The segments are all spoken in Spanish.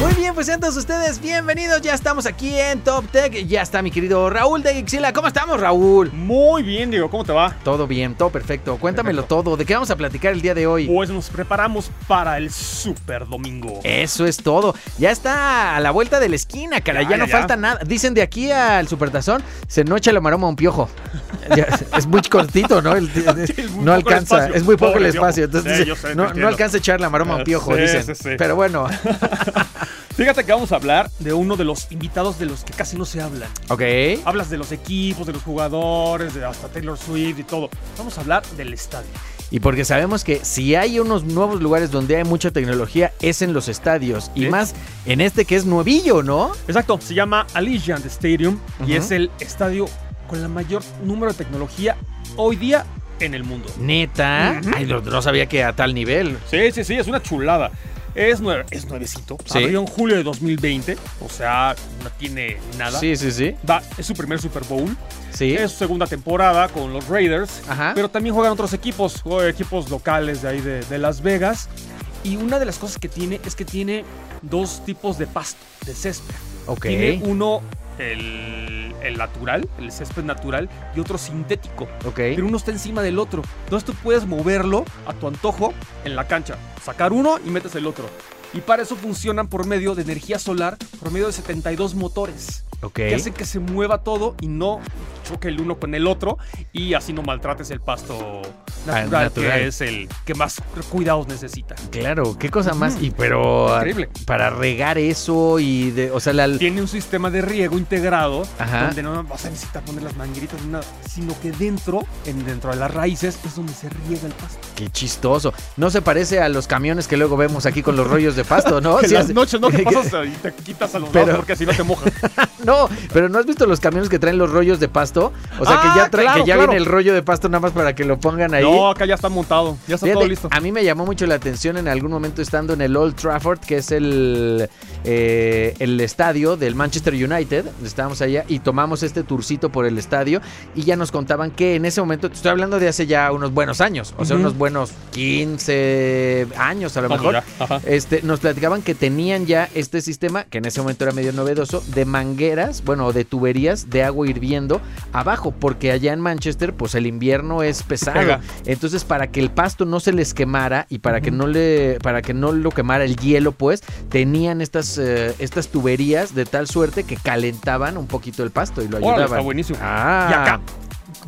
Muy bien, pues entonces ustedes, bienvenidos. Ya estamos aquí en Top Tech. Ya está mi querido Raúl de Ixila. ¿Cómo estamos, Raúl? Muy bien, Diego, ¿cómo te va? Todo bien, todo perfecto. Cuéntamelo todo. ¿De qué vamos a platicar el día de hoy? Pues nos preparamos para el super domingo. Eso es todo. Ya está a la vuelta de la esquina, cara. Ya, Ya, ya, no ya. falta nada. Dicen de aquí al supertazón, se no echa la maroma a un piojo. Ya, es muy cortito, ¿no? El- es no muy poco el alcanza. espacio. es muy poco Pobre el espacio. piojo. Entonces, Sí, yo sé, te no, no entiendo. alcanza a echar la maroma a un Ah, piojo, sí, dicen. sí, sí. Pero bueno, Fíjate que vamos a hablar de uno de los invitados de los que casi no se hablan. ok. Hablas de los equipos, de los jugadores, de hasta Taylor Swift y todo. Vamos a hablar del estadio. Y porque sabemos que si hay unos nuevos lugares donde hay mucha tecnología es en los estadios. Y Sí. más en este que es nuevillo, ¿no? Exacto, se llama Allegiant Stadium Ujú. y es el estadio con la mayor número de tecnología hoy día en el mundo. Neta. Ujú. Ay, no, no sabía que a tal nivel. Sí, sí, sí, es una chulada. Es, nueve, es nuevecito. Sí. Abrió en julio de 2020, o sea, no tiene nada. Sí, sí, sí. Va, es su primer Super Bowl. Sí. Es su segunda temporada con los Raiders. Ajá. Pero también juegan otros equipos, o equipos locales de ahí de, de Las Vegas. Y una de las cosas que tiene es que tiene dos tipos de pasto, de césped. ok. Tiene uno el, el natural, el césped natural, y otro sintético. Ok. Pero uno está encima del otro. Entonces tú puedes moverlo a tu antojo en la cancha. Sacar uno y metes el otro. Y para eso funcionan por medio de energía solar, por medio de 72 motores Ok. que hace que se mueva todo y no choque el uno con el otro y así no maltrates el pasto Ah, natural, natural. que es el que más cuidados necesita. Claro, qué cosa más. Ujú. Y pero ah, Increíble. para regar eso y de, o sea, la Tiene un sistema de riego integrado Ajá. donde no vas a necesitar poner las mangueritas ni nada, sino que dentro, en, dentro de las raíces, es donde se riega el pasto. qué chistoso. No se parece a los camiones que luego vemos aquí con los rollos de pasto, ¿no? Oh, Sí hace- noches que- y te quitas a los Pero- porque si no te mojas. No, pero ¿no has visto los camiones que traen los rollos de pasto? O sea, que Ah, ya, trae, claro, que ya claro. viene el rollo de pasto nada más para que lo pongan ahí. No, acá ya está montado, ya está todo Fíjate, listo. A mí me llamó mucho la atención en algún momento estando en el Old Trafford, que es el, eh, el estadio del Manchester United. Estábamos allá y tomamos este tourcito por el estadio y ya nos contaban que en ese momento, te estoy hablando de hace ya unos buenos años, o sea, Ujú. unos buenos 15 años a lo mejor. Este, nos platicaban que tenían ya este sistema, que en ese momento era medio novedoso, de mangueras, bueno, de tuberías de agua hirviendo abajo, porque allá en Manchester, pues el invierno es pesado. Pega. Entonces, para que el pasto no se les quemara y para que no le, para que no lo quemara el hielo, pues, tenían estas, eh, estas tuberías de tal suerte que calentaban un poquito el pasto y lo Órale, ayudaban. está buenísimo. Ah. Y acá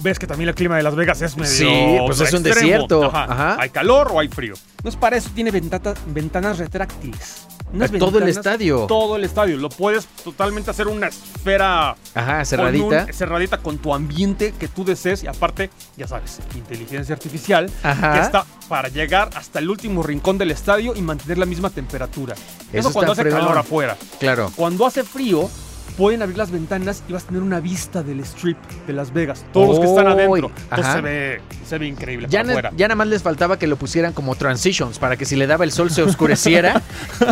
ves que también el clima de Las Vegas es medio. Sí, pues es un desierto. Ajá. Hay calor o hay frío. Entonces, para eso tiene ventata- ventanas retráctiles. Unas Eh, todo el ventanas- estadio. Todo el estadio. Lo puedes totalmente hacer una esfera. Ajá, con cerradita. un- cerradita con tu ambiente que tú desees. Y aparte, ya sabes, inteligencia artificial. Ajá. Que está para llegar hasta el último rincón del estadio y mantener la misma temperatura. Eso, Eso cuando está hace fregón. calor afuera. Claro. Cuando hace frío, pueden abrir las ventanas y vas a tener una vista del strip de Las Vegas. Todos los que están ¡Oy! adentro. Entonces Ajá. se ve, se ve increíble Ya, para na- afuera. ya nada más les faltaba que lo pusieran como transitions para que si le daba el sol se oscureciera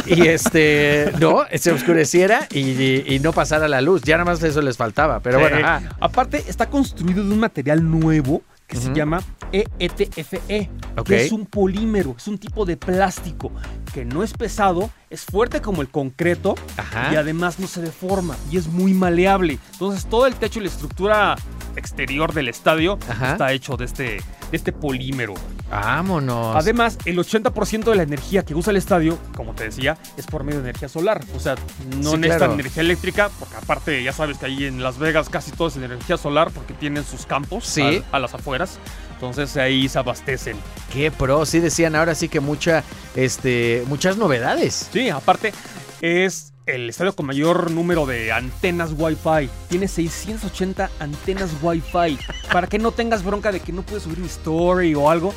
y este no se oscureciera y, y- y no pasara la luz. Ya nada más eso les faltaba. Pero Sí. bueno, ah, ajá. Aparte, está construido de un material nuevo que se Ujú. llama E EETFE, Ok. que E. es un polímero, es un tipo de plástico que no es pesado, es fuerte como el concreto Ajá. y además no se deforma y es muy maleable. Entonces, todo el techo y la estructura exterior del estadio Ajá. está hecho de este, de este polímero. vámonos. Además, el 80% de la energía que usa el estadio, como te decía, es por medio de energía solar. O sea, no Sí, necesitan claro. energía eléctrica, porque aparte ya sabes que ahí en Las Vegas casi todo es energía solar porque tienen sus campos Sí. a, a las afueras. Entonces ahí se abastecen. Qué pro, sí decían ahora sí que mucha, este, muchas novedades. Sí, aparte es el estadio con mayor número de antenas Wi-Fi. Tiene 680 antenas Wi-Fi. Para que no tengas bronca de que no puedes subir un story o algo.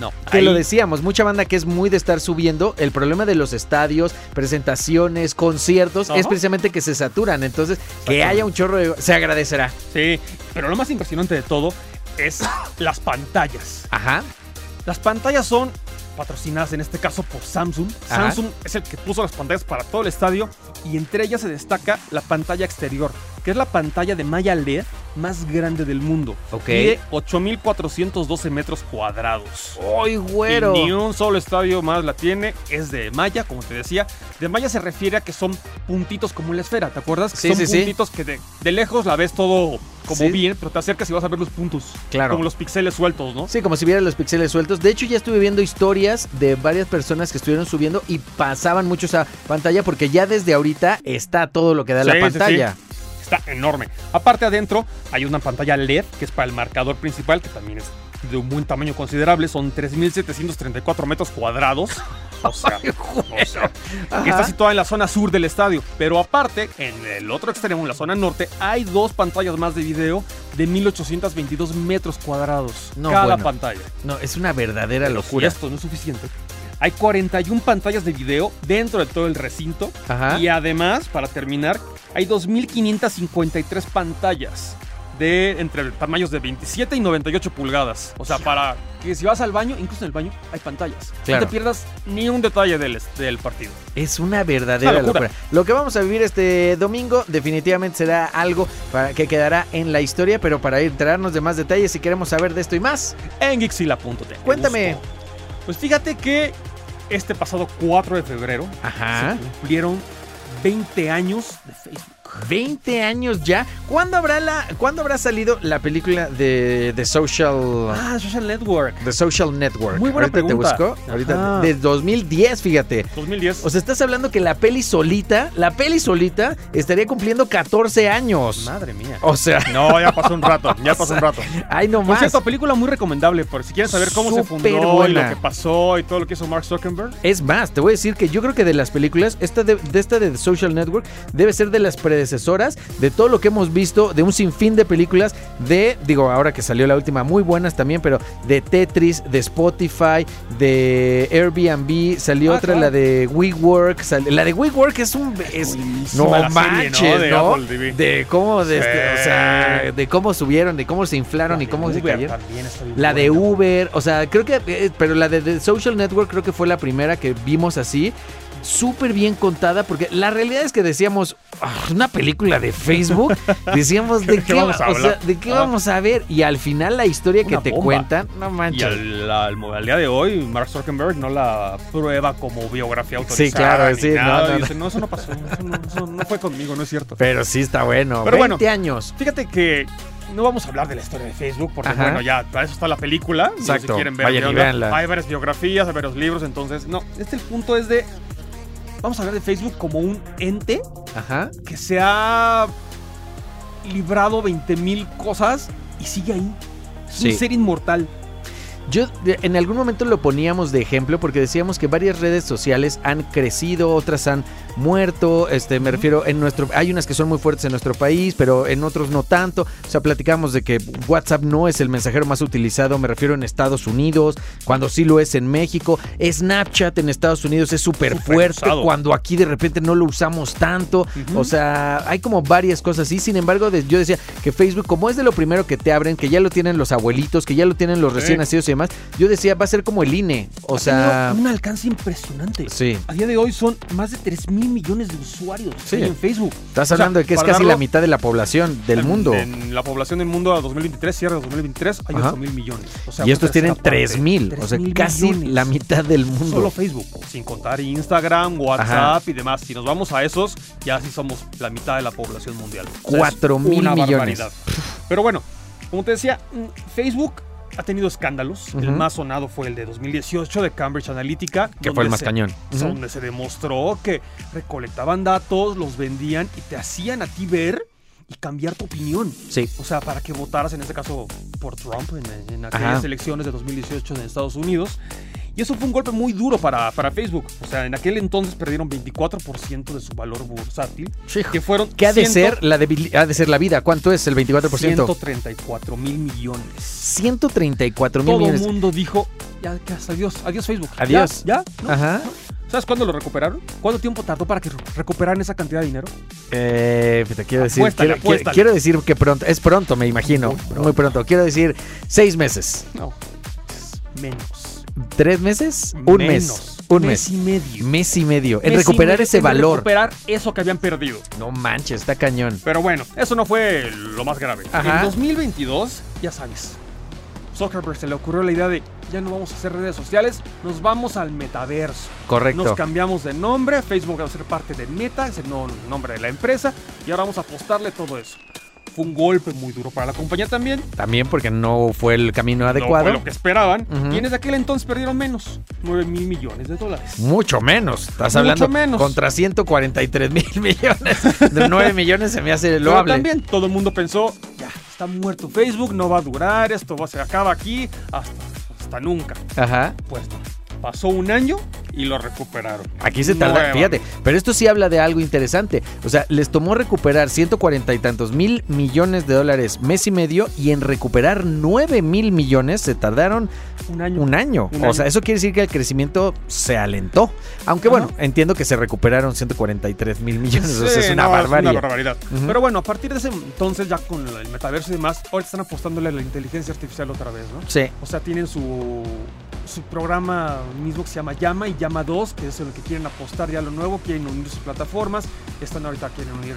No, Que lo ahí- decíamos, mucha banda que es muy de estar subiendo. El problema de los estadios, presentaciones, conciertos, es Ajá. precisamente que se saturan. Entonces, que Exactamente. haya un chorro de. Se agradecerá. Sí, pero lo más impresionante de todo es las pantallas. Ajá. Las pantallas son patrocinadas en este caso por Samsung. Ajá. Samsung es el que puso las pantallas para todo el estadio y entre ellas se destaca la pantalla exterior, que es la pantalla de malla LED más grande del mundo. Ok. Mide 8.412 metros cuadrados. ¡Ay, Y ni un solo estadio más la tiene. Es de malla, como te decía. De malla se refiere a que son puntitos como en la esfera, ¿te acuerdas? Que Sí, son sí, sí. puntitos que de, de lejos la ves todo como Sí. bien, pero te acercas y vas a ver los puntos. Claro. Como los pixeles sueltos, ¿no? Sí, como si vieran los píxeles sueltos. De hecho, ya estuve viendo historias de varias personas que estuvieron subiendo y pasaban mucho esa pantalla porque ya desde ahorita está todo lo que da Sí, la sí, sí. pantalla. Está enorme. Aparte adentro hay una pantalla LED que es para el marcador principal, que también es de un buen tamaño considerable. Son 3.734 metros cuadrados. O sea, o sea, que está Ajá. situada en la zona sur del estadio. Pero aparte, en el otro extremo, en la zona norte, hay dos pantallas más de video de 1.822 metros cuadrados. No, cada bueno. pantalla. No, es una verdadera Pero locura. si esto no es suficiente. Hay 41 pantallas de video dentro de todo el recinto. Ajá. Y además, para terminar, hay 2.553 pantallas de entre tamaños de 27 y 98 pulgadas. O sea, para que si vas al baño, incluso en el baño, hay pantallas. Claro. No te pierdas ni un detalle del, est- del partido. Es una verdadera Una locura. locura. Lo que vamos a vivir este domingo definitivamente será algo para que quedará en la historia, pero para enterarnos de más detalles si queremos saber de esto y más, En Gixila.tv. Cuéntame. Gusto. Pues fíjate que este pasado 4 de febrero Ajá. se cumplieron 20 años de Facebook. 20 años ya. ¿Cuándo habrá la cuándo habrá salido la película de The Social Ah, Social Network. The Social Network? Muy buena ahorita pregunta. te busco. Ahorita Ajá. de 2010, fíjate. 2010. O sea, estás hablando que la peli solita, la peli solita estaría cumpliendo 14 años. Madre mía. O sea, Oh, No, ya pasó un rato, ya pasó un rato. ay no Por más. cierto, película muy recomendable, por si quieres saber cómo se Súper fundó y buena. lo que pasó y todo lo que hizo Mark Zuckerberg. Es más, te voy a decir que yo creo que de las películas, esta de, de esta de The Social Network debe ser de las predecesoras de todo lo que hemos visto, de un sinfín de películas de, digo, ahora que salió la última, muy buenas también, pero de Tetris, de Spotify, de Airbnb, salió Ah, otra, claro. la de WeWork, sal- la de WeWork es un... es- no Buenísima la serie, manches, De ¿no? Apple TV. De cómo, de, este- o Sí. sea, de cómo subieron, de cómo se inflaron y de cómo se Uber cayeron. también está bien La de buena. Uber, o sea, creo que, eh, pero la de The Social Network creo que fue la primera que vimos así. Súper bien contada, porque la realidad es que decíamos, "Ah, una película de Facebook, decíamos, ¿de ¿De qué, qué vamos a va- o sea, hablar? ¿de qué Ah. vamos a ver? Y al final la historia que Una te bomba. cuentan, no Y manches. al, al, al día de hoy, Mark Zuckerberg no la prueba como biografía autorizada. Sí, claro, ni sí, no, nada, no, y no. dice, no, eso no pasó, eso no, eso no fue conmigo, no es cierto. Pero sí está bueno. Pero 20 bueno. años. Fíjate que no vamos a hablar de la historia de Facebook, porque Ajá. bueno, ya para eso está la película. Digo, Exacto, Si quieren ver, vayan qué y onda. véanla. Hay varias biografías, hay varios libros, entonces, no. Este el punto es de. Vamos a hablar de Facebook como un ente Ajá. que se ha librado 20.000 cosas y sigue ahí. Es Sí. un ser inmortal. Yo de- en algún momento lo poníamos de ejemplo porque decíamos que varias redes sociales han crecido, otras han muerto. Este, me refiero en nuestro, hay unas que son muy fuertes en nuestro país, pero en otros no tanto. O sea, platicamos de que WhatsApp no es el mensajero más utilizado. Me refiero en Estados Unidos, cuando sí lo es en México. Snapchat en Estados Unidos es súper Súper fuerte usado. cuando aquí de repente no lo usamos tanto. Ujú. O sea, hay como varias cosas así. Sin embargo, de- yo decía que Facebook, como es de lo primero que te abren, que ya lo tienen los abuelitos, que ya lo tienen los Sí. recién nacidos y demás, yo decía, va a ser como el INE. O Ha sea, tenido un alcance impresionante. sí. A día de hoy son más de 3 mil millones de usuarios que Sí. hay en Facebook. Estás O sea, hablando de que es para casi darlo- la mitad de la población del En- mundo. En la población del mundo a 2023, cierre de 2023, hay Ajá. 8 mil millones. O sea, pues, y una estos tienen tercera parte. 3000, o sea, 3,000 casi millones. la mitad del mundo. Solo Facebook, sin contar Instagram, WhatsApp y demás. Si nos vamos a esos, ya sí somos la mitad de la población mundial. O sea, es 4,000 una millones. barbaridad. Pero bueno, como te decía, mm, Facebook ha tenido escándalos. El Ujú. más sonado fue el de 2018 de Cambridge Analytica. que fue el donde más se- cañón. Ujú. donde se demostró que recolectaban datos, los vendían y te hacían a ti ver y cambiar tu opinión. Sí. O sea, para que votaras en este caso por Trump en, en aquellas Ajá. elecciones de 2018 en Estados Unidos. Y eso fue un golpe muy duro para, para Facebook. O sea, en aquel entonces perdieron 24% de su valor bursátil, que fueron ¿Qué ha de 100 ser la debili- ha de ser la vida? ¿Cuánto es el 24%? 134 mil millones. 134 mil Todo el millones. mundo dijo, ya, que hasta adiós, adiós Facebook. Adiós. Ah. Ya, ya, no, Ajá. O ¿Sabes cuándo lo recuperaron? ¿Cuánto tiempo tardó para que recuperaran esa cantidad de dinero? Eh, te quiero decir, Apuéstale, quiero, quiero- apuéstale. quiero decir que pronto, es pronto, me imagino, muy pronto. Quiero decir seis meses, No. pues, Menos. tres meses, un Menos. mes, un mes, y medio. mes y medio, en Mes y recuperar medio ese en valor. Recuperar eso que habían perdido. No manches, está cañón. Pero bueno, eso no fue lo más grave. Ajá. En 2022, ya sabes, Zuckerberg se le ocurrió la idea de ya no vamos a hacer redes sociales, nos vamos al metaverso. Nos Correcto. cambiamos de nombre, Facebook va a ser parte de Meta, es el nuevo nombre de la empresa, y ahora vamos a apostarle todo eso. Fue un golpe muy duro para la compañía también. También porque no fue el camino No adecuado. fue lo que esperaban. Ujú. Y en aquel entonces perdieron menos, 9 mil millones de dólares. Mucho menos. Estás Mucho hablando menos. contra 143 mil millones. De 9 millones se me hace Pero loable. también todo el mundo pensó, ya, está muerto Facebook, no va a durar, esto va, se acaba aquí, hasta, hasta nunca. Ajá. Pues no. pasó un año y lo recuperaron. Aquí se tarda, Nueva. fíjate. Pero esto sí habla de algo interesante. O sea, les tomó recuperar 140 y tantos mil millones de dólares mes y medio y en recuperar 9 mil millones se tardaron Un año. un año. Un o sea, año. eso quiere decir que el crecimiento se alentó. Aunque Ajá. bueno, entiendo que se recuperaron 143 mil millones. o sea, es Sí, una no, barbarie. una barbaridad. Ujú. Pero bueno, a partir de ese entonces, ya con el metaverso y demás, ahora están apostándole a la inteligencia artificial otra vez, ¿no? Sí. O sea, tienen su, su programa mismo que se llama Llama y Llama 2, que es el que quieren apostar ya a lo nuevo, quieren unir sus plataformas, están ahorita, quieren unir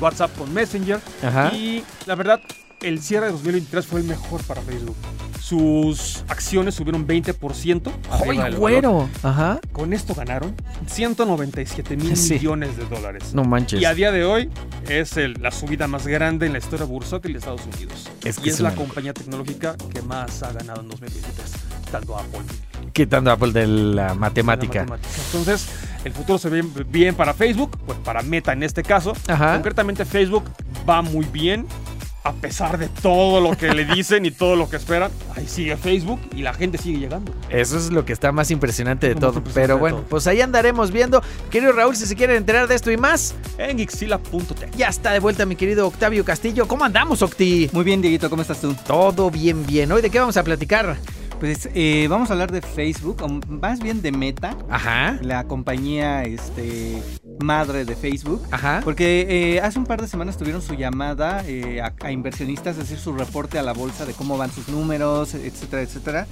WhatsApp con Messenger. Ajá. Y la verdad, el cierre de 2023 fue el mejor para Facebook. Sus acciones subieron 20%. arriba ¡Ay, del valor. güero! Ajá. Con esto ganaron 197 mil Sí. millones de dólares. No manches. Y a día de hoy es el- la subida más grande en la historia bursátil de Estados Unidos. Es que y es es la una locura. compañía tecnológica que más ha ganado en 2023, quitando a Apple. Quitando a Apple de la matemática. La matemática. Entonces, el futuro se ve bien para Facebook, pues para Meta en este caso. Ajá. Concretamente, Facebook va muy bien. A pesar de todo lo que le dicen y todo lo que esperan, ahí sigue Facebook y la gente sigue llegando. Eso es lo que está más impresionante de Lo más todo. impresionante Pero de bueno, todo. pues ahí andaremos viendo. Querido Raúl, si se quieren enterar de esto y más, En Ixila.tech. ya está de vuelta mi querido Octavio Castillo. ¿Cómo andamos, Octi? Muy bien, Dieguito, ¿cómo estás tú? Todo bien, bien. ¿Hoy de qué vamos a platicar? Pues eh, vamos a hablar de Facebook, o más bien de Meta, Ajá, la compañía este, madre de Facebook. ajá. Porque eh, hace un par de semanas tuvieron su llamada eh, a, a inversionistas, es decir, su reporte a la bolsa de cómo van sus números, etcétera, etcétera.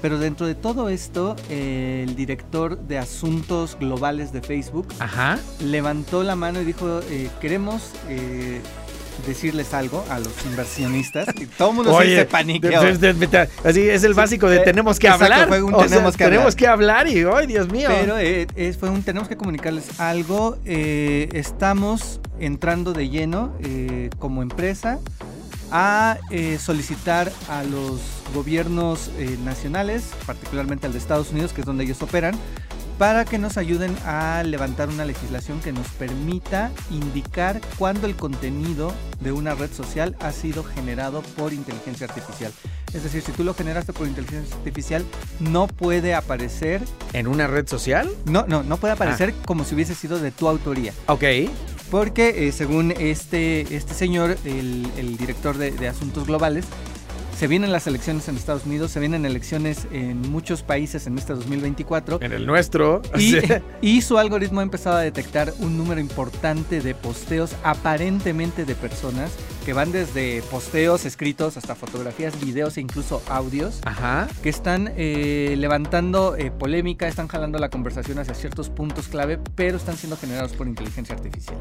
Pero dentro de todo esto, eh, el director de asuntos globales de Facebook Ajá. levantó la mano y dijo, eh, queremos eh, decirles algo a los inversionistas. Y todo el mundo se- se paniqueó. de- de- de- de- así es el básico de eh, tenemos que exacto, hablar. fue un O sea, tenemos que tenemos que hablar y, ¡ay, Dios mío! Pero eh, es- fue un, tenemos que comunicarles algo. eh, estamos entrando de lleno eh, como empresa a eh, solicitar a los gobiernos eh, nacionales, particularmente al de Estados Unidos, que es donde ellos operan, para que nos ayuden a levantar una legislación que nos permita indicar cuándo el contenido de una red social ha sido generado por inteligencia artificial. Es decir, si tú lo generaste por inteligencia artificial, no puede aparecer ¿En una red social? no, no, no puede aparecer como si hubiese sido de tu autoría. Ok. Porque eh, según este, este señor, el, el director de, de Asuntos Globales, se vienen las elecciones en Estados Unidos, se vienen elecciones en muchos países en este 2024. En el nuestro. Y, y su algoritmo ha empezado a detectar un número importante de posteos aparentemente de personas que van desde posteos escritos hasta fotografías, videos e incluso audios Ajá. que están eh, levantando eh, polémica, están jalando la conversación hacia ciertos puntos clave, pero están siendo generados por inteligencia artificial.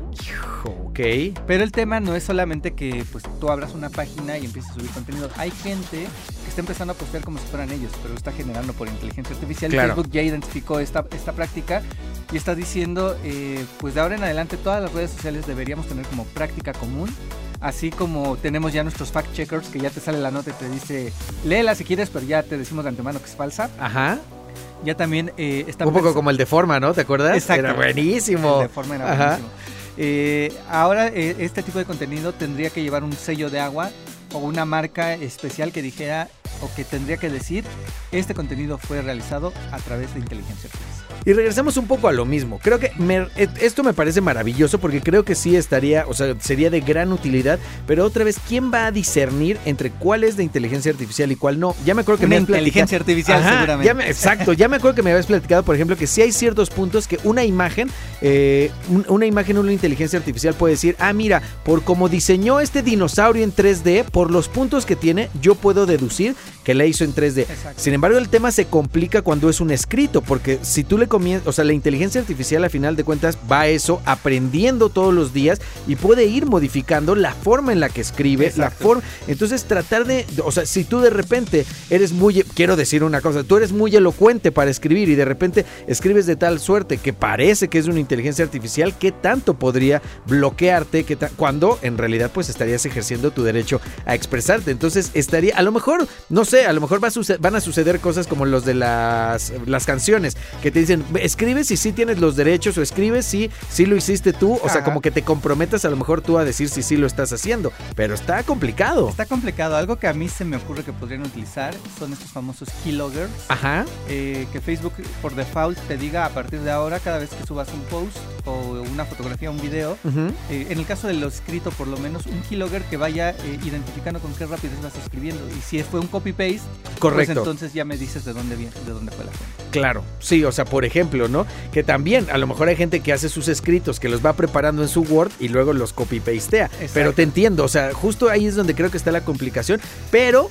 Ok. Pero el tema no es solamente que pues, tú abras una página y empieces a subir contenido. Hay gente que está empezando a postear como si fueran ellos, pero lo está generando por inteligencia artificial. Claro. Facebook ya identificó esta, esta práctica y está diciendo, eh, pues de ahora en adelante todas las redes sociales deberíamos tener como práctica común. Así como tenemos ya nuestros fact checkers que ya te sale la nota y te dice, léela si quieres, pero ya te decimos de antemano que es falsa. Ajá. Ya también eh, están Un poco perso- como el de forma, ¿no? ¿Te acuerdas? Exacto. Era buenísimo. de forma era Ajá. buenísimo. Eh, ahora eh, este tipo de contenido tendría que llevar un sello de agua o una marca especial que dijera o que tendría que decir este contenido fue realizado a través de inteligencia artificial. Y regresamos un poco a lo mismo. Creo que me- et- esto me parece maravilloso porque creo que sí estaría, o sea, sería de gran utilidad. Pero otra vez, ¿quién va a discernir entre cuál es de inteligencia artificial y cuál no? Ya me acuerdo que Una me han platicado- inteligencia artificial Ajá, seguramente. ya me- exacto, ya me acuerdo que me habías platicado, por ejemplo, que sí hay ciertos puntos que una imagen, eh, un- una imagen, una inteligencia artificial puede decir, ah, mira, por cómo diseñó este dinosaurio en 3D, por los puntos que tiene, yo puedo deducir que la hizo en 3D. Exacto. Sin embargo, el tema se complica cuando es un escrito, porque si tú le comienzas, o sea, la inteligencia artificial a final de cuentas va a eso aprendiendo todos los días y puede ir modificando la forma en la que escribe, la Exacto. forma. Entonces, tratar de, o sea, si tú de repente eres muy, quiero decir una cosa, tú eres muy elocuente para escribir y de repente escribes de tal suerte que parece que es una inteligencia artificial, ¿qué tanto podría bloquearte? ¿Qué ta- cuando en realidad pues estarías ejerciendo tu derecho a expresarte. Entonces estaría, a lo mejor, no sé, a lo mejor va a suce- van a suceder cosas como los de las, las canciones, que te dicen, escribes si sí tienes los derechos o escribes si sí lo hiciste tú, o sea, Ajá. como que te comprometas a lo mejor tú a decir si sí lo estás haciendo, pero está complicado. Está complicado. Algo que a mí se me ocurre que podrían utilizar son estos famosos keyloggers. Ajá, eh, que Facebook por default te diga a partir de ahora cada vez que subas un post o una fotografía, un video, ujú, eh, en el caso de lo escrito por lo menos un keylogger que vaya eh, identificando con qué rapidez vas escribiendo y si fue un copy paste, pues correcto. entonces ya me dices de dónde viene, de dónde fue la fuente. Claro, sí, o sea, por ejemplo, ¿no? Que también, a lo mejor hay gente que hace sus escritos, que los va preparando en su Word y luego los copy-pastea. Exacto. Pero te entiendo, o sea, justo ahí es donde creo que está la complicación, pero...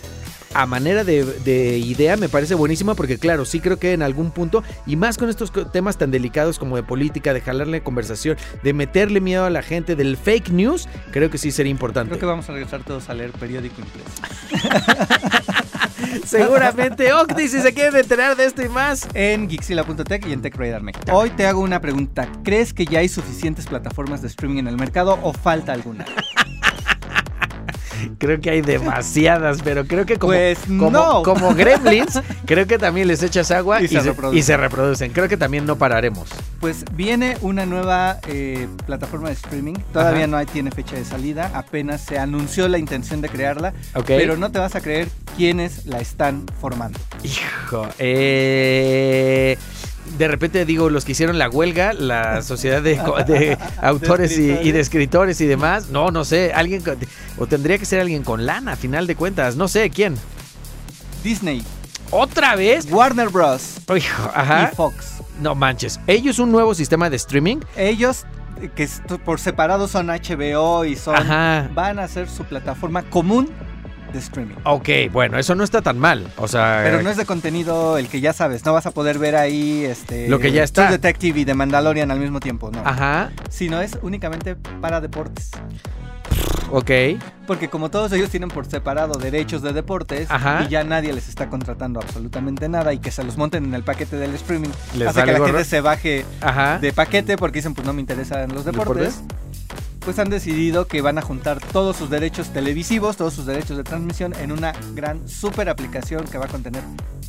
A manera de, de idea me parece buenísima porque claro, sí creo que en algún punto, y más con estos co- temas tan delicados como de política, de jalarle conversación, de meterle miedo a la gente, del fake news, creo que sí sería importante. Creo que vamos a regresar todos a leer periódico impreso. Seguramente Octi, si se quieren enterar de esto y más. En Gixila.tech y en TechRadar México. Hoy te hago una pregunta. ¿Crees que ya hay suficientes plataformas de streaming en el mercado o falta alguna? Creo que hay demasiadas, pero creo que como, Pues como, no. como gremlins, creo que también les echas agua Y y, se se reproducen. y se reproducen. Creo que también no pararemos. Pues viene una nueva eh, plataforma de streaming. Todavía Ajá. no hay- tiene fecha de salida. Apenas se anunció la intención de crearla. ¿Ok? Pero no te vas a creer quiénes la están formando. Hijo, eh, de repente digo, los que hicieron la huelga, la sociedad de, co- de autores y, y de escritores y demás, no, no sé, alguien, con- o tendría que ser alguien con lana, a final de cuentas, no sé, ¿quién? Disney, ¿Otra vez? Warner Bros. Hijo, ajá, y Fox. no manches, ellos un nuevo sistema de streaming, Ellos, eh, que est- por separado son HBO y son... ajá, Van a ser su plataforma común de streaming. Ok, bueno, eso no está tan mal. O sea, Pero no es de contenido el que ya sabes, no vas a poder ver ahí este Lo que ya está. True Detective y The Mandalorian al mismo tiempo, no. Ajá, Sino es únicamente para deportes. ok. Porque como todos ellos tienen por separado derechos de deportes Ajá. y ya nadie les está contratando absolutamente nada y que se los monten en el paquete del streaming Les hace vale que la gorro. gente se baje Ajá. de paquete porque dicen pues no me interesan los deportes. Pues han decidido que van a juntar todos sus derechos televisivos, todos sus derechos de transmisión en una gran super aplicación que va a contener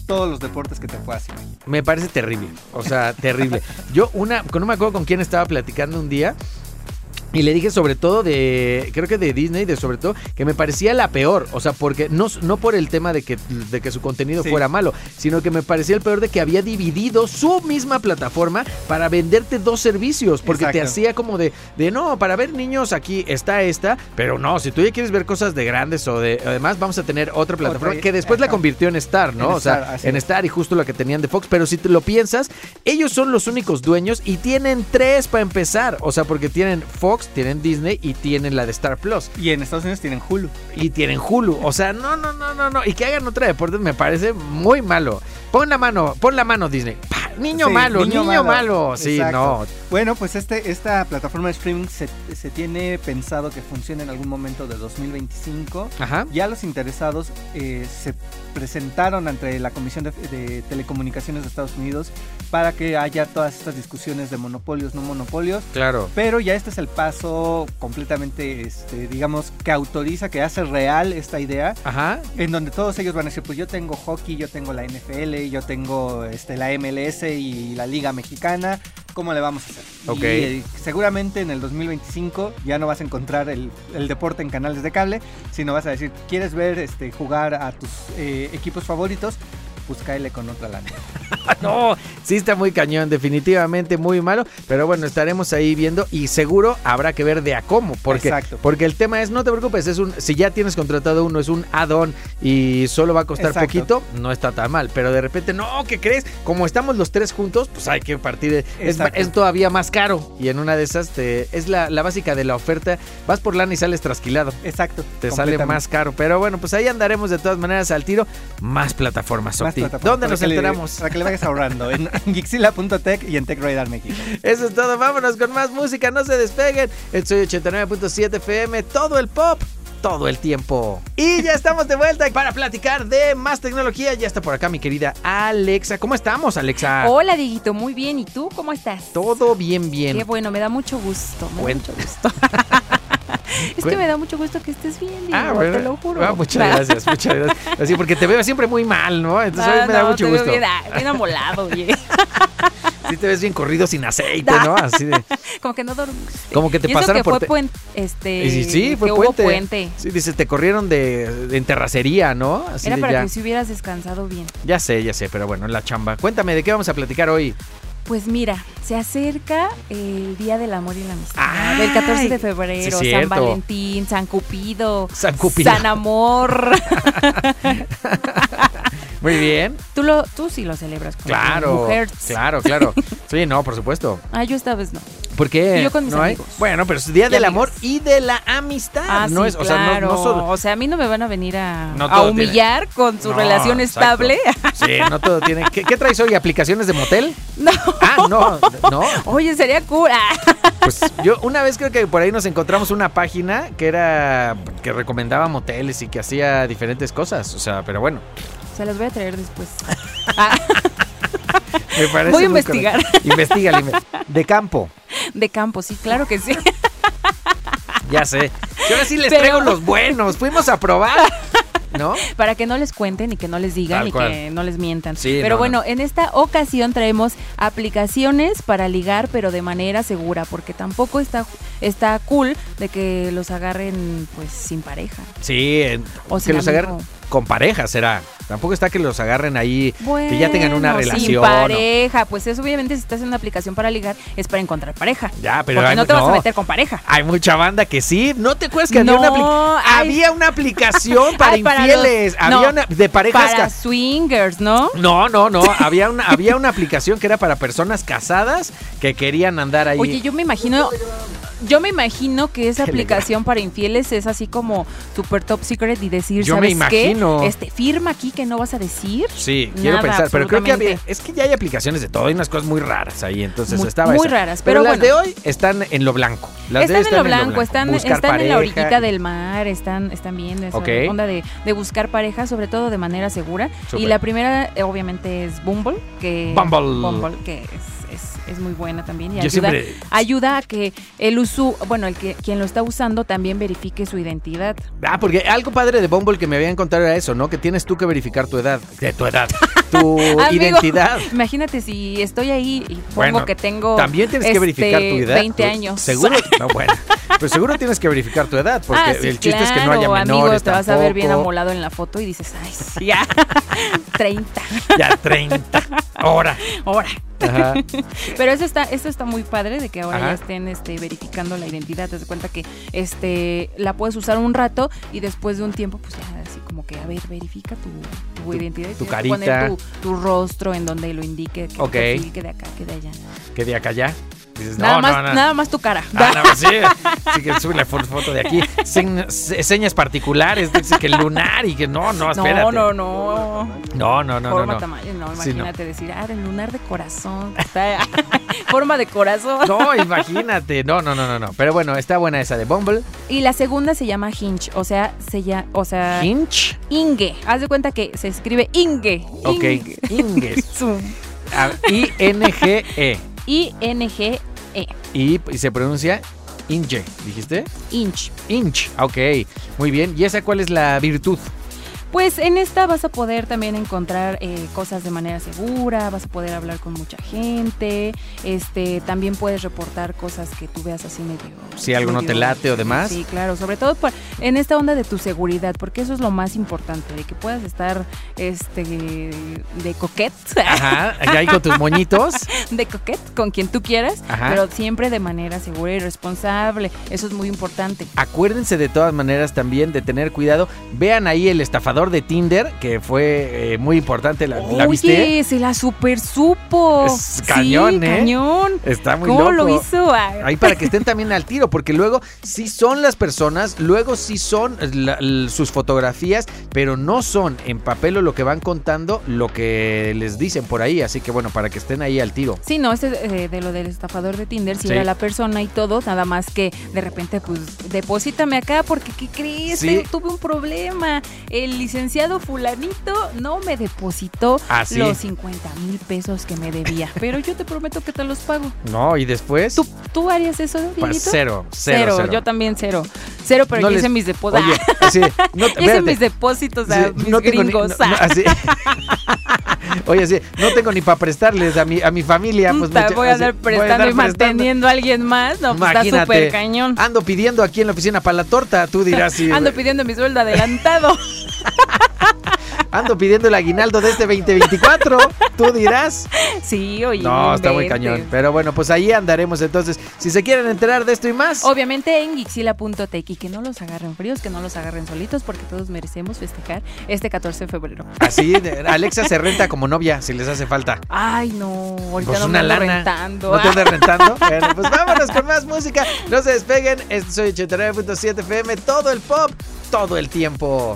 todos los deportes que te puedas imaginar. Me parece terrible. O sea, terrible. Yo una, con- no me acuerdo con quién estaba platicando un día. Y le dije sobre todo de, creo que de Disney, de sobre todo, que me parecía la peor. O sea, porque no, no por el tema de que, de que su contenido Sí. fuera malo, sino que me parecía el peor de que había dividido su misma plataforma para venderte dos servicios. Porque te Exacto. hacía como de, de, no, para ver niños aquí está esta, pero no, si tú ya quieres ver cosas de grandes o de, además vamos a tener otra plataforma que después la ajá. convirtió en Star, ¿no? En o sea, Star, así en es. Star y justo la que tenían de Fox. Pero si te lo piensas, ellos son los únicos dueños y tienen tres para empezar. O sea, porque tienen Fox, tienen Disney y tienen la de Star Plus. Y en Estados Unidos tienen Hulu. Y tienen Hulu. O sea, no, no, no, no, no. Y que hagan otra deporte me parece muy malo. Pon la mano, pon la mano, Disney. Pa, niño Sí, malo, niño, malo. Sí, Exacto. no. Bueno, pues este, esta plataforma de streaming se, se tiene pensado que funcione en algún momento de 2025. Ajá. Ya los interesados eh, se presentaron ante la Comisión de, de Telecomunicaciones de Estados Unidos para que haya todas estas discusiones de monopolios, no monopolios. Claro. Pero ya este es el paso completamente, este, digamos, que autoriza, que hace real esta idea, Ajá. en donde todos ellos van a decir, pues yo tengo hockey, yo tengo la NFL, yo tengo este, la MLS y la Liga Mexicana, ¿cómo le vamos a hacer? Ok. Y, eh, seguramente en el 2025 ya no vas a encontrar el, el deporte en canales de cable, sino vas a decir, ¿quieres ver este, jugar a tus eh, equipos favoritos? Pues cáele con otra lana. no, sí está muy cañón, definitivamente muy malo. Pero bueno, estaremos ahí viendo y seguro habrá que ver de a cómo. Porque, Exacto. porque el tema es, no te preocupes, es un, si ya tienes contratado uno, es un add-on y solo va a costar Exacto. poquito, no está tan mal. Pero de repente, no, ¿qué crees? Como estamos los tres juntos, pues hay que partir. de- es, Exacto. es todavía más caro. Y en una de esas te- es la, la básica de la oferta. Vas por lana y sales trasquilado Exacto. te sale completamente. más caro. Pero bueno, pues ahí andaremos de todas maneras al tiro. Más plataformas, Más Octi. plataformas ¿Dónde para nos que le- enteramos? para que le vayas ahorrando. En, en Gixila.tech y en TechRadar México. Eso es todo. Vámonos con más música. No se despeguen. Estoy 89.7 FM. Todo el pop. Todo el tiempo. Y ya estamos de vuelta para platicar de más tecnología. Ya está por acá mi querida Alexa. ¿Cómo estamos, Alexa? Hola, Dieguito, muy bien. ¿Y tú cómo estás? Ah. Todo bien, Qué bien. bueno, me da mucho gusto. Me da Buen- mucho gusto. es que Buen- me da mucho gusto que estés bien, Diego, te lo juro. Ah, muchas Nah. gracias, muchas gracias. Así porque te veo siempre muy mal, ¿no? Entonces Ah, hoy me da no, mucho te veo gusto. Bien, ah, bien amolado, oye. Sí te ves bien corrido sin aceite, Da. ¿no? Así de, Como que no dormiste. como que te y eso pasaron que por fue te- puen- este, Y sí, sí, fue que puente. Hubo puente. Sí, dice, te corrieron de, de en terracería, ¿no? Así Era de para ya. que si hubieras descansado bien. Ya sé, ya sé, pero bueno, la chamba. Cuéntame, ¿de qué vamos a platicar hoy? Pues mira, se acerca el Día del Amor y la Amistad. ¡Ay! el 14 de Sí, es febrero, cierto. San Valentín, San Cupido, San Cupido. San Amor. Muy bien. Tú, lo, tú sí lo celebras con Claro. mujeres. Claro, claro. Sí, no, por supuesto. Ah, yo esta vez no. ¿Por qué? Y yo con mis ¿No hay? amigos. Bueno, pero es día Y del amigas. amor y de la amistad. Ah, no sí, es, o sea, no- claro. no, solo- O sea, a mí no me van a venir a, No a todo tiene- humillar con su No, relación exacto. estable. Sí, no todo tiene. ¿Qué, qué traes hoy? ¿Aplicaciones de motel? No. Ah, no, no. Oye, sería cura. Pues yo una vez creo que por ahí nos encontramos una página que era que recomendaba moteles y que hacía diferentes cosas. O sea, pero bueno. Se las voy a traer después. Ah, Me parece Voy a muy investigar. correcto. Investígale. inve- De campo, de campo, sí, claro que sí. ya sé. Y ahora sí les Pero- traigo los buenos. Fuimos a probar. ¿No? Para que no les cuenten y que no les digan Tal y que cual. no les mientan. Sí, pero no, bueno, en esta ocasión traemos aplicaciones para ligar, pero de manera segura, porque tampoco está, está cool de que los agarren pues sin pareja. Sí, en- O que sin los amigo. agarren con pareja será. Tampoco está que los agarren ahí, Bueno, que ya tengan una Sin relación. o- pareja, pues eso obviamente si estás en una aplicación para ligar es para encontrar pareja. Ya, pero porque hay- no te vas no. a meter con pareja. Hay mucha banda que sí. ¿No te acuerdas que No, había, una apli- hay- había una aplicación para Ay, para los- infieles? Había no, una de parejas Para ca- swingers, ¿no? No, no, no. Había una, había una aplicación que era para personas casadas que querían andar ahí. Oye, yo me imagino, yo me imagino que esa Telegram. aplicación para infieles es así como super top secret y decir, Yo me ¿sabes imagino. qué? Este, firma aquí que no vas a decir. Sí, quiero Nada, pensar, pero creo que había, absolutamente. es que ya hay aplicaciones de todo, hay unas cosas muy raras ahí, entonces Muy- estaba muy esa. raras, pero las bueno. de hoy están en lo blanco. Las de hoy están en lo blanco, están, Buscar están en la pareja. orillita del mar, están, están bien, esa Ok. onda de, de buscar pareja, sobre todo de manera segura. Súper. Y la primera, eh, obviamente, es Bumble, que, Bumble. que es, es- es muy buena también y Yo ayuda, siempre ayuda a que el uso, bueno, el que quien lo está usando también verifique su identidad. Ah, porque algo padre de Bumble que me habían contado era eso, ¿no? Que tienes tú que verificar tu edad, de tu edad, tu Amigo, identidad. Imagínate si estoy ahí y pongo Bueno, que tengo También tienes que verificar tu este, edad. 20 tú- años. Seguro, no, bueno, pero seguro tienes que verificar tu edad, porque Ah, sí, el chiste es que no haya claro, menores amigo, te vas a ver bien tampoco. amolado en la foto y dices, ay, sí, ya, 30, Ya 30. Ahora. ahora. Ajá. Pero eso está, eso está muy padre de que ahora Ajá. ya estén este, verificando la identidad. Te das cuenta que este, la puedes usar un rato y después de un tiempo, pues ya así como que, a ver, verifica tu, tu identidad. y tu tienes que carita. Poner tu, tu rostro en donde lo indique, que tu Ok. perfil, que de acá, que de allá. Que de acá ya. Dices, nada, no, más, no, no. nada más tu cara. Ah, no, sí. Sí, que sube la fo- foto de aquí. Señ- se- señas particulares, dice que lunar y que no, no, espérate. no, no, no. No, no, no, no, forma no. tamaño, no, Sí, no. imagínate decir, ah, el lunar de corazón, está- forma de corazón. No, imagínate. No, no, no, no, no. Pero bueno, está buena esa de Bumble. Y la segunda se llama Hinge, o sea, se llama, o sea, Hinch. Inge. Haz de cuenta que se escribe Inge. Ok. Inge. Inges. Su- Ah, I-N-G-E. I-N-G, E. Y, y se pronuncia Inge, ¿dijiste? Inch. Inch. Ok, muy bien. ¿Y esa cuál es la virtud? Pues en esta vas a poder también encontrar eh, cosas de manera segura, vas a poder hablar con mucha gente, este, también puedes reportar cosas que tú veas así medio. Si algo no medio- te late o demás. Sí, claro, sobre todo por- en esta onda de tu seguridad, porque eso es lo más importante, de que puedas estar este de coquet, Ajá, ya ahí con tus moñitos. de coquet con quien tú quieras, Ajá. pero siempre de manera segura y responsable. Eso es muy importante. Acuérdense de todas maneras también de tener cuidado. Vean ahí el estafador de Tinder, que fue eh, muy importante. ¿La, la viste? Oye, se la super supo. Es cañón, sí, ¿eh? cañón. Está muy loco. ¿Cómo lo hizo? Ay, Ahí para que estén también al tiro, porque luego sí son las personas, luego sí son eh, la- l- sus fotografías, pero no son en papel o lo que van contando, lo que les dicen por ahí. Así que bueno, para que estén ahí al tiro. Sí, no, este eh, de lo del estafador de Tinder, si Sí. era la persona y todo, nada más que de repente, pues, depósitame acá porque, ¿qué crees? Sí. Te- Tuve un problema. El licenciado fulanito no me depositó Así. los 50 mil pesos que me debía, pero yo te prometo que te los pago. No, y después. ¿Tú, tú harías eso, pa- Dieguito? cero, cero, cero. yo también cero. Cero, pero No yo les- hice mis depósitos. Oye, Ah, así, no, Yo hice espérate. mis depósitos a Sí, mis no tengo ni- gringos. Ah, no- no, así. Oye, sí, no tengo ni para prestarles a mi, a mi familia. Pues Puta, mucha- voy a así, andar voy a prestando andar y manteniendo a alguien más. No, pues, está Imagínate. súper cañón. Ando pidiendo aquí en la oficina para la torta, tú dirás. sí, Ando güey. pidiendo mi sueldo adelantado. Ando pidiendo el aguinaldo de este 2024, tú dirás. sí, oye. No, está muy inventes. cañón. Pero bueno, pues ahí andaremos entonces. Si se quieren enterar de esto y más, Obviamente en gixila.tech que no los agarren fríos, que no los agarren solitos, porque todos merecemos festejar este 14 de febrero. así de- Alexa se renta como novia si les hace falta. Ay, no, ahorita Pues no una me ando lana. rentando. ¿No te Ah. andas rentando? Bueno, pues vámonos con más música. No se despeguen. Esto soy 89.7 FM. Todo el pop, todo el tiempo.